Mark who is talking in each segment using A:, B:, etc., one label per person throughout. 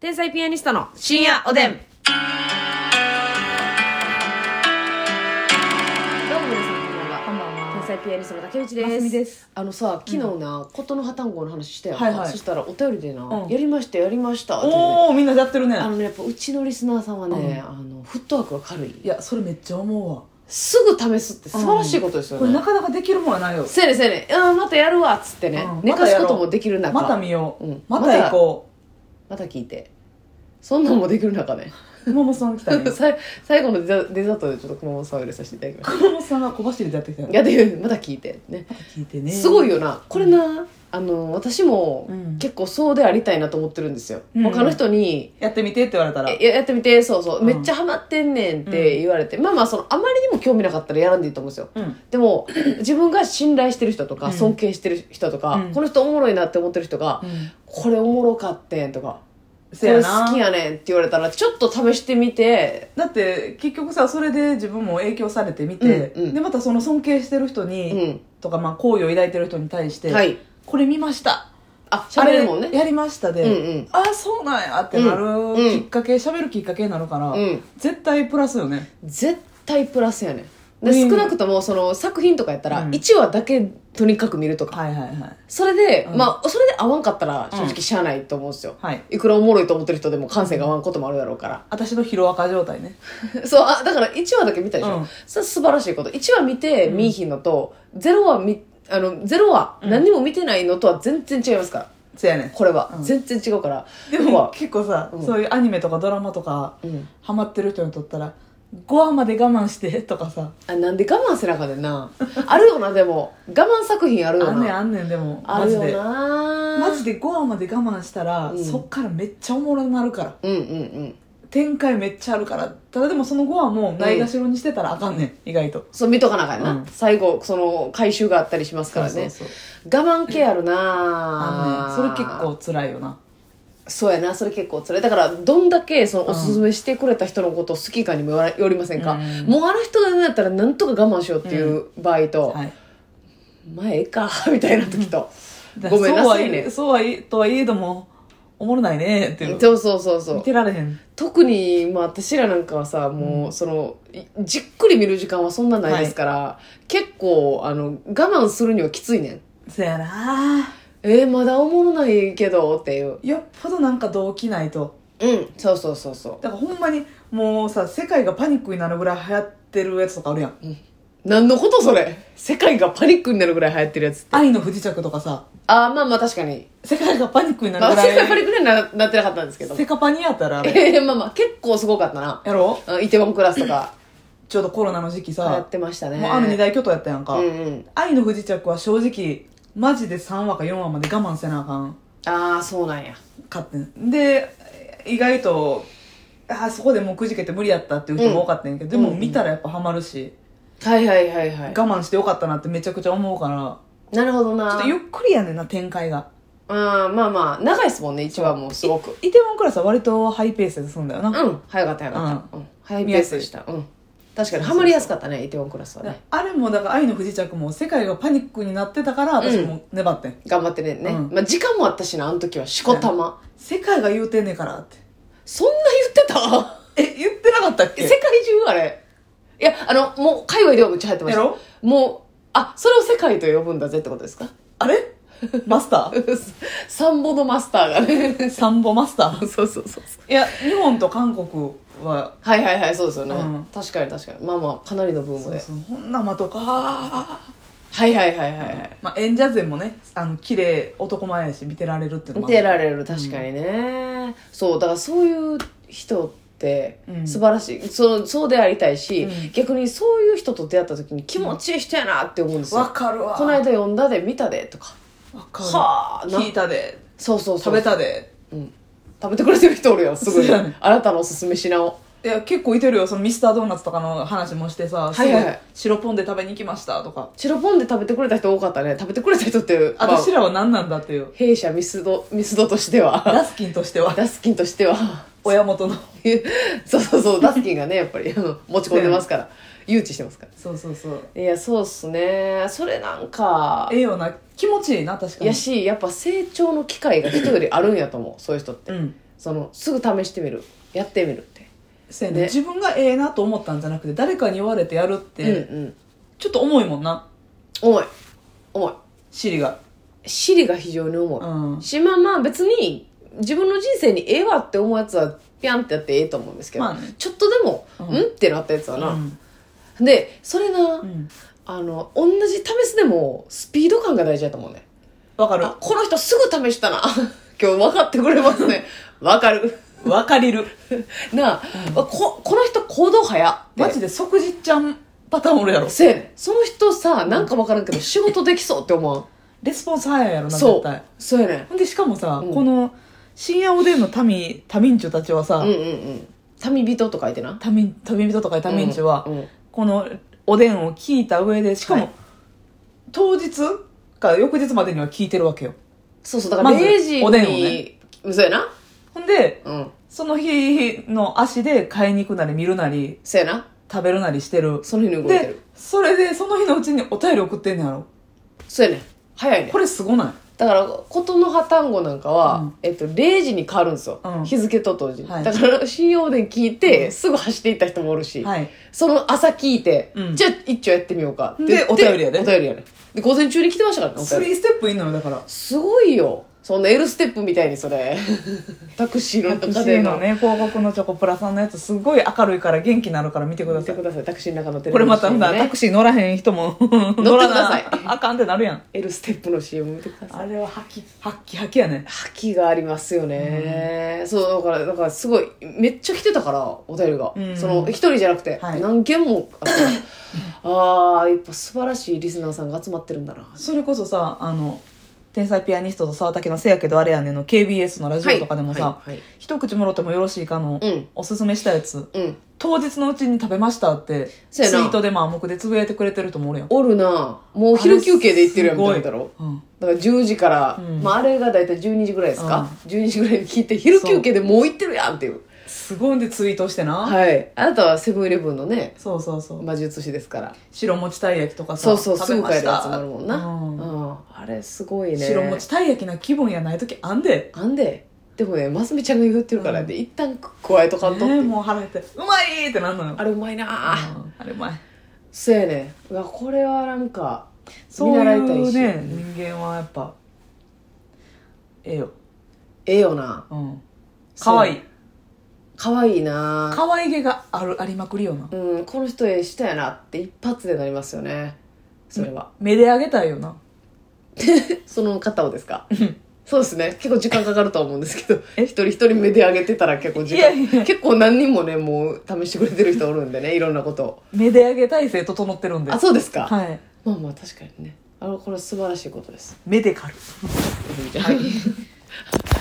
A: 天才ピアニストの深夜おでん。どうも皆さんこんばんは。
B: こんばんは
A: 天才ピアニストの竹内です。
B: ますみです
C: あのさ昨日な、ことの破綻号の話したやんか、
B: はいはい
C: そしたらお便りでな「
B: うん
C: やりましたやりました」って、ね、
B: おおみんなやってるね
C: あのねやっぱうちのリスナーさんはね、あのフットワークが軽い
B: いやそれめっちゃ思うわ
C: すぐ試すって素晴らしいことですよ
B: これ
C: ね、
B: なかなかできるもんやないよ
C: せやねせやねうんまたやるわっつってね、
B: うん
C: 寝か
B: また
C: す
B: やろ
C: こ
B: う
C: ともできる中
B: また見よう、
C: うん
B: また行こ
C: また聞いてそんなんもできる中ね、
B: う熊本さん来た ね
C: さい最後のデザデザートでちょっと熊本さんを入れさせていただきました
B: 熊本さんが小走りでやってきたよ
C: いやでまた聞いてね
B: 聞いてね
C: すごい
B: よ
C: よなこれな、あの私も
B: うん
C: 結構そうでありたいなと思ってるんですよ、
B: うん
C: 他の人に
B: やってみてって言われたら
C: えややってみてそうそう、
B: うん
C: めっちゃハマってんねんって言われて、まあまあそのあまりにも興味なかったらやらんでいいと思うんですよ
B: うん
C: で も自分が信頼してる人と
B: う
C: か
B: ん
C: 尊敬してる人とか、
B: うん
C: この人おもろいなって思ってる人が、これおもろかってんとかこ
B: せや
C: れ
B: な
C: 好きやねんって言われたらちょっと試してみて
B: だって結局さそれで自分も影響されてみて、
C: うんうん
B: でまたその尊敬してる人に、
C: うん
B: とかまあ好意を抱いてる人に対して、
C: はい
B: これ見ました
C: あ喋れるもん
B: あ
C: ね
B: れやりましたで、
C: うんうん
B: ああそうなんやってな
C: うん
B: るきっかけ喋、るきっかけになるから、
C: うん
B: 絶対プラスよね
C: 絶対プラスやねん
B: う
C: で
B: ん
C: 少なくともその作品とかやったら
B: うん
C: 1話だけとにかく見るとか、
B: はいはいはい
C: それで、
B: うん
C: まあそれで合わんかったら正
B: うん
C: 直しゃあないと思うんですよ、
B: はい
C: いくらおもろいと思ってる人でも感性が合わんこともあるだろう から、
B: 私のヒロアカ状態ね
C: そうあだから1話だけ見たでしょ、
B: うん
C: それ素晴らしいこと1話見て見いひんのと、ゼロ話見あのゼロ話
B: うん
C: 何にも見てないのとは全然違いますから
B: そうやね
C: これは、
B: うん
C: 全然違うから
B: で
C: 要
B: も
C: は
B: 結構さ、
C: うん
B: そういうアニメとかドラマとか
C: うん、
B: ハマってる人にとったら5話まで我慢して とかさ
C: あなんで我慢せなあかんねん なあるよなでも我慢作品あるよ
B: あんねん
C: な
B: あんねんでも
C: あ
B: マ
C: る
B: ジ
C: よ
B: で
C: な
B: マジで5話まで我慢したら、
C: うん
B: そっからめっちゃおもろなるから
C: うんうんうん
B: 展開めっちゃあるからただでもその5話もないがしろにしてたらあかんねん、意外と
C: そう見とかなあかんやな、
B: うん
C: 最後その回収があったりしますからね
B: そうそう
C: 我慢系あるな
B: あ
C: あ
B: んねんそれ結構辛いよな
C: そうやなそれ結構それだからどんだけそのおすすめしてくれた人のことを好きかにもよらよりませんか、
B: うん
C: もうあの人がいるんだったらなんとか我慢しようっていう場合と、
B: はい
C: まあええか みたいな時と、
B: だ
C: ごめんなさい
B: そうはい
C: ね
B: そうはいとはいえどもおもろないねっていう
C: そうそうそうそ
B: 見
C: う
B: てられへん
C: 特に、まあ、私らなんかはさもうそのいじっくり見る時間はそんなないですから、結構あの我慢するにはきついねん
B: そやな
C: えー、まだおもろないけどっていう
B: よっぽどなんか動機ないと
C: うんそうそうそうそ
B: だからほんまにもうさ世界がパニックになるぐらい流行ってるやつとかあるやん、
C: う何のことそれ世界がパニックになるぐらい流行ってるやつ
B: 愛の不時着とかさ
C: ああまあまあ確かに
B: 世界がパニックにな
C: ま
B: る
C: あ、
B: ぐらい、
C: 世界パニックにはななってなかったんですけど。
B: セカパニやったらあれ
C: ええまあまあ、結構すごかったな。
B: やろ
C: うんイテウォンクラスとか、
B: ちょうどコロナの時期さ
C: やってましたね。
B: もうあの二大巨頭やったやんか、
C: うんうん。
B: 愛の不時着は正直マジで3話か4話まで我慢せなあかん
C: ああ、そうなんや。
B: かってんで意外とあーそこでもうくじけて無理やったっていう人も多かったんやけど、
C: うん
B: でも見たらやっぱハマるし、
C: はいはいはいはい。
B: 我慢してよかったなってめちゃくちゃ思うから
C: なるほどな。
B: ちょっとゆっくりやねんな展開が
C: あーまあまあ、長いっすもんね、一話もすごく。
B: イテウォンクラスは割とハイペースで済んだよな、
C: うん、早かった早かった。うん、早いペースでした。うん。確かに、
B: そうそうそう
C: ハマりやすかったね、イテウォンクラスはね。
B: あれもだから愛の不時着も世界がパニックになってたから私も粘ってん、
C: 頑張ってね。ね
B: うん
C: まあ、時間もあったしな、あの時は、しこたま。
B: 世界が言うてんねんからって
C: そんな言ってた
B: え言ってなかったっ
C: 世界
B: け
C: 中あれ。いや、あの、もう、海外ではめっちゃ流行ってま
B: や
C: した。
B: ろ
C: もう、あ、それを世界と呼ぶんだぜってことですか
B: あれマスター
C: サンボのマスターがね。
B: サンボマスター
C: そうそうそうそう。
B: いや日本と韓国は
C: はいはいはい、そうですよね。
B: うん
C: 確かに確かに。まあまあ、かなりのブーム
B: そう
C: で。
B: そうほんなまとか
C: はいはいはいはいはい。
B: まあ、演者勢もねあの綺麗男前やし見てられるってい
C: 見
B: うのもある
C: てられる、確かにね、そう、だからそういう人って
B: うん
C: 素晴らしい。そうそうでありたいし、
B: うん
C: 逆にそういう人と出会った時に気持ちいい人やなって思うんですよ。
B: わかるわ
C: この間読んだで、見たでとか。
B: わかる
C: はあ、な
B: 聞いたで
C: そうそうそう。
B: 食べ。たで
C: うん。食べてくれてる人おるやん、すぐに。
B: そうやね
C: あなたのおすすめ品を。
B: いや結構いてるよそのミスタードーナツとかの話もしてさ、
C: はいはいはい
B: すぐ白ポンで食べに行きましたとか
C: チロポンで食べてくれた人多かったね食べてくれた人って、まあ
B: 私、らは何なんだっていう
C: 弊社ミスドミスドとしては
B: ダスキンとしては
C: ダスキンとしては
B: 親元の
C: そうそうそうダスキンがねやっぱりあの持ち込んでますから誘致してますか
B: そうそうそう
C: らいやそうっすねそれなんか
B: ええよな気持ちいいな確かに
C: やしやっぱ成長の機会が人よりあるんやと思うそういう人って
B: うん
C: そのすぐ試してみるやってみるって
B: そうやね
C: ね
B: 自分がええなと思ったんじゃなくて誰かに言われてやるって、
C: うんうん
B: ちょっと重いもんな
C: 重い重い
B: 尻が
C: シリが非常に重い、
B: うん
C: しまあまあ別に自分の人生にええわって思うやつはピャンってやってええと思うんですけど、
B: まあね
C: ちょっとでも、
B: うん
C: ん、ってなったやつは
B: う
C: な、
B: ん
C: でそれな、
B: うん
C: あの同じ試すでもスピード感が大事だと思うね
B: わかる
C: あこの人すぐ試したな 今日分かってくれますね分かる
B: わかりる
C: なあ、ここの人行動早って
B: マジで即じっちゃんパターンおるやろ
C: せやねんその人さなんか分からんけど仕事できそうって思わん
B: レスポンス早いやろな
C: そう
B: 絶対
C: そうやねん
B: ほんでしかもさ、
C: うん
B: この深夜おでんの民民中たちはさ、
C: うんうんうん民人と書いてな
B: 民民人とか民中は、
C: うんうん
B: このおでんを聞いた上でしかも、
C: はい
B: 当日か翌日までには聞いてるわけよ
C: そうそうだから
B: まず
C: 0時に、
B: おでんをね
C: そうやな
B: ほんで
C: うん
B: その日の足で買いに行くなり見るなり
C: そうやな
B: 食べるなりしてる
C: その日に動いて
B: で
C: る
B: それでその日のうちにお便り送ってんねやろ
C: そうやねん早いねん
B: これすごない
C: だからことの破綻語なんかは、
B: うん
C: えっと、0時に変わるんですよ、
B: うん
C: 日付と当時に、
B: はい
C: だから新用電聞いて、
B: うん
C: すぐ走っていった人もおるし、
B: はい
C: その朝聞いて、
B: うん
C: じゃあ一丁やってみようかって言って
B: でお便りやで
C: お便りやねで午前中に来てましたからねお便り
B: 3ステップいんのよだから
C: すごいよそんな L ステップみたいにそ れタクシーの
B: タクシ
C: 中で
B: ーの
C: の
B: ね広告のチョコプラさんのやつすごい明るいから元気になるから見てくだ
C: 見
B: さ
C: て
B: い
C: くださいタクシーの中のテレ
B: こ
C: ビ
B: れ
C: の
B: また
C: CM
B: なタ
C: ね
B: クシー乗らへん人も 乗
C: 乗って
B: ら
C: く
B: な
C: ださい
B: あかんってなるやん
C: L ステップの CM 見てください
B: あれははきはっきはきやね
C: 覇気がありますよね、そうだからだからすごいめっちゃ来てたからお便りが、
B: うん
C: その一人じゃなくて、
B: はい
C: 何件もあった あーやっぱ素晴らしいリスナーさんが集まってるんだな
B: それこそさあの天才ピアニストと沢竹の「せやけどあれやねん」の KBS のラジオとかでもさ、
C: はいはい
B: 一口もろてもよろしいかの、
C: はいうん
B: おすすめしたやつ
C: うん
B: 当日のうちに食べましたって
C: そ
B: ツ
C: う
B: イ
C: やな
B: ートでまあ目でつぶやいてくれてると思うやん、
C: おるなもう昼休憩で行ってるやんみたいな
B: あ
C: こ
B: れす
C: と
B: ごい
C: だろ
B: うん、
C: だから10時から、
B: うん
C: まあ、あれが大体12時ぐらいですか、12時ぐらいに聞いて昼休憩でもう行ってるやんっていう
B: すごいんでツイートしてな、
C: はいあなたはセブンイレブンのね
B: そうそうそう
C: 魔術師ですから
B: 白餅たい焼きとかさ
C: そうそうす
B: 食べ
C: ぐ
B: ま
C: 帰
B: し
C: る
B: た
C: やつもあるもんな、
B: うん
C: うんあれすごいね
B: 白餅たい焼きな気分やない時あんで
C: あんででもねますみちゃんが言ってるから
B: うん
C: で、一旦加えとかんとって、
B: ねえ もう腹減ってうまいってなんのよ
C: あれうまいなあ、
B: うんあれうまい
C: そうやねうわこれはなんか
B: そ
C: 見
B: うい
C: 習いたいうし
B: ね人間はやっぱええよ
C: ええよな
B: うん可愛い
C: 可愛いな
B: 可愛げがあるありまくりよな
C: うんこの人ええ人やなって一発でなりますよねそれは、
B: めで上げたいよな
C: その方をですかそうですね結構時間かかるとは思うんですけど
B: え
C: 一人一人目で上げてたら結構時間
B: いやいや
C: 結構何人もねもう試してくれてる人おるんでねいろんなことを
B: めで上げ体制整ってるんで
C: あそうですか、
B: はい
C: まあまあ確かにねあのこれは素晴らしいことです
B: めでかる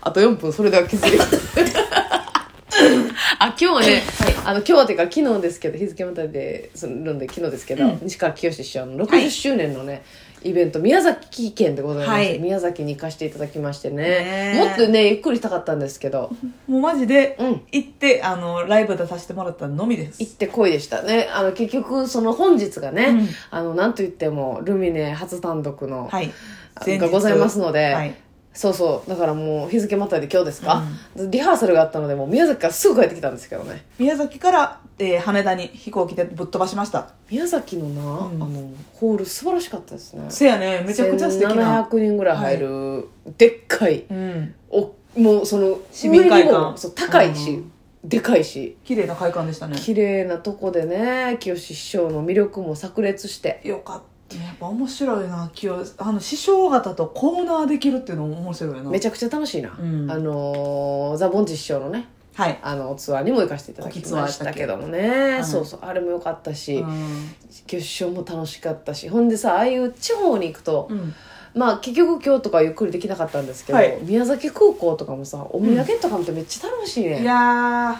C: あと4分それでは削ります あ今日はね、あの今日はというか昨日ですけど日付またいでするんで昨日ですけど、西川きよし師匠の
B: はい
C: 60周年のね、イベント宮崎県でございまして、
B: はい
C: 宮崎に行かせていただきましてね
B: ねえ
C: もっとねゆっくりしたかったんですけど
B: もうマジで
C: うん
B: 行ってあのライブ出させてもらったのみです
C: 行ってこいでしたねあの結局その本日がね、
B: うん
C: あのなんといってもルミネ初単独の、
B: はい
C: がございますので、
B: はい
C: そうそうだからもう日付またいで今日ですか、リハーサルがあったのでもう宮崎からすぐ帰ってきたんですけどね
B: 宮崎から、えー羽田に飛行機でぶっ飛ばしました
C: 宮崎のな、
B: うん
C: あのホール素晴らしかったですね
B: せやねめちゃくちゃ素敵な、
C: 700人ぐらい入る、でっかい
B: うん、
C: おもうその
B: 市民会館
C: 上にもそう高いし、
B: う
C: でかいし
B: 綺麗な会館でしたね
C: 綺麗なとこでね清志師匠の魅力も炸裂して
B: よかったやっぱ面白いな清あの師匠方とコーナーできるっていうのも面白いな
C: めちゃくちゃ楽しいな、
B: うん
C: あのーザ・ボンジ師匠のね
B: はい、
C: あのツアーにも行かせていただきましたけどもね、
B: うん
C: そうそうあれも良かったし、
B: うん
C: 決勝も楽しかったしほんでさああいう地方に行くと、
B: うん、
C: まあ結局今日とかゆっくりできなかったんですけど、
B: はい
C: 宮崎空港とかもさお土産とかもめっちゃ楽しいね、
B: いやー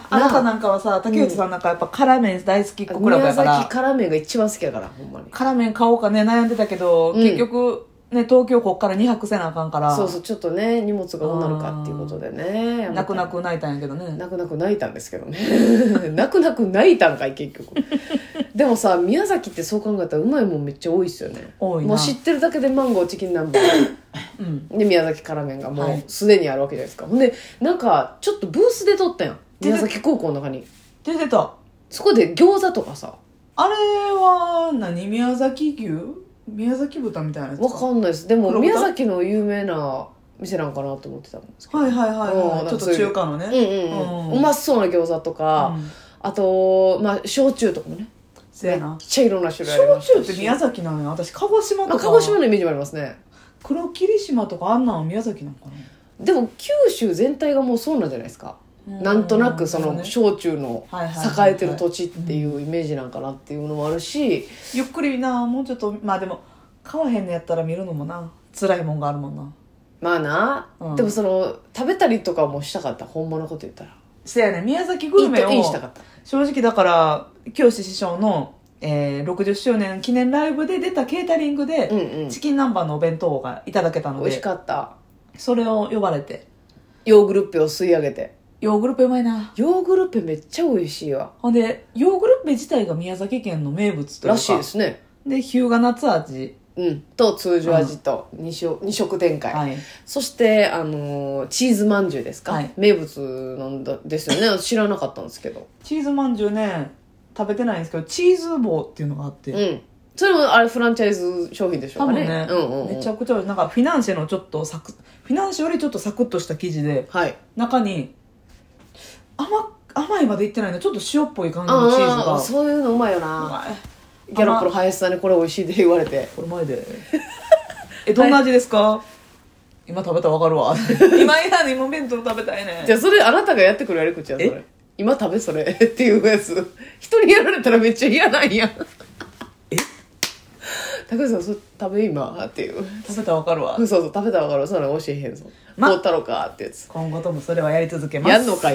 B: あなたなんかはさ竹内さんなんかやっぱ辛麺大好きっ子クラブ
C: 宮
B: やか
C: 崎
B: ら
C: 辛麺が一番好きやからほんまに
B: 辛麺買おうかね悩んでたけど、
C: うん
B: 結局ね東京こっから2泊せなあかんから
C: そうそうちょっとね荷物がどうなるかっていうことでね
B: 泣く泣く泣いたんやけどね
C: 泣く泣く泣いたんですけどね 泣く泣く泣いたんかい結局 でもさ宮崎ってそう考えたらうまいもんめっちゃ多いっすよね
B: 多いな
C: もう知ってるだけでマンゴーチキン南蛮
B: うん
C: で宮崎辛麺が
B: は
C: も
B: いう
C: すでにあるわけじゃないですか、ほんでなんかちょっとブースで撮ったやん
B: 出て
C: 宮崎高校の中に
B: 出てた
C: そこで餃子とかさ
B: あれは何宮崎牛宮崎豚みたいなやつ
C: わかんないですでも
B: 黒
C: 宮
B: 豚
C: 崎の有名な店なんかなと思ってたもんですけど
B: はいはいはいは
C: うん
B: いちょっと中華のね
C: うんうんうんうまそうな餃子とか、
B: うん
C: あと、まあ、焼酎とかもね
B: せやな
C: めっちゃいろんな種類ありま
B: 焼
C: した
B: 酎
C: し
B: って宮崎なのよ私鹿児島
C: ま
B: と
C: あ、
B: か
C: 鹿児島のイメージもありますね
B: 黒霧島とかあんなんは宮崎なのか
C: でも九州全体がもうそうなんじゃないですか
B: なな
C: なんとなくその
B: ね
C: 焼酎の
B: はいはいはいはい
C: 栄えてる土地っていうイメージなんかなっていうのもあるし
B: ゆっくりなもうちょっとまあでも買わへんのやったら見るのもな辛いもんがあるもんな
C: まあな、
B: うん
C: でもその食べたりとかもしたかった本物のこと言ったら
B: せやね宮崎グルメ
C: イー
B: を
C: トインしたかった
B: 正直だから清志師匠の、えー、60周年記念ライブで出たケータリングで、
C: うんうん
B: チキン南蛮のお弁当がいただけたの
C: 美味し
B: で
C: かった
B: それを呼ばれて
C: ヨーグルッペを吸い上げて
B: ヨーグルペうまいな
C: ヨーグルッペめっちゃ美味しいわ
B: ほんでヨーグルペ自体が宮崎県の名物というから
C: しいですね
B: で日向夏味
C: うんと通常味と 2, 色二色展開、
B: はい
C: そしてあのーチーズまんじゅうですか、
B: はい
C: 名物なんだですよね 知らなかったんですけど
B: チーズまんじゅうね食べてないんですけどチーズ棒っていうのがあって、
C: うんそれもあれフランチャイズ商品でしょ
B: 多
C: うか
B: 分
C: ね
B: ね、
C: うんうんうん、
B: めちゃくちゃ美味しいなんかフィナンシェのちょっとサクフィナンシェよりちょっとサクッとした生地で
C: はい
B: 中に甘甘いまでいってないのちょっと塩っぽい感じのチーズ
C: あ
B: が
C: あそういうのうまいよ
B: う
C: な
B: まい
C: ギャロップの林さんにこれ美味しいって言われて
B: これ前で えどんな味ですか、今食べたらわかるわ 今いらの今弁当食べたいね
C: じゃあそれあなたがやってくるやり口やそれ
B: え
C: 今食べそれ っていうやつ人にやられたらめっちゃ嫌なんや高橋さんそれ食べ今っていう
B: 食べたらわかるわ
C: そうそう食べたら分かるそうなの教えへんぞ
B: ま
C: 買うたろかってやつ
B: 今後ともそれはやり続けます
C: やんのかい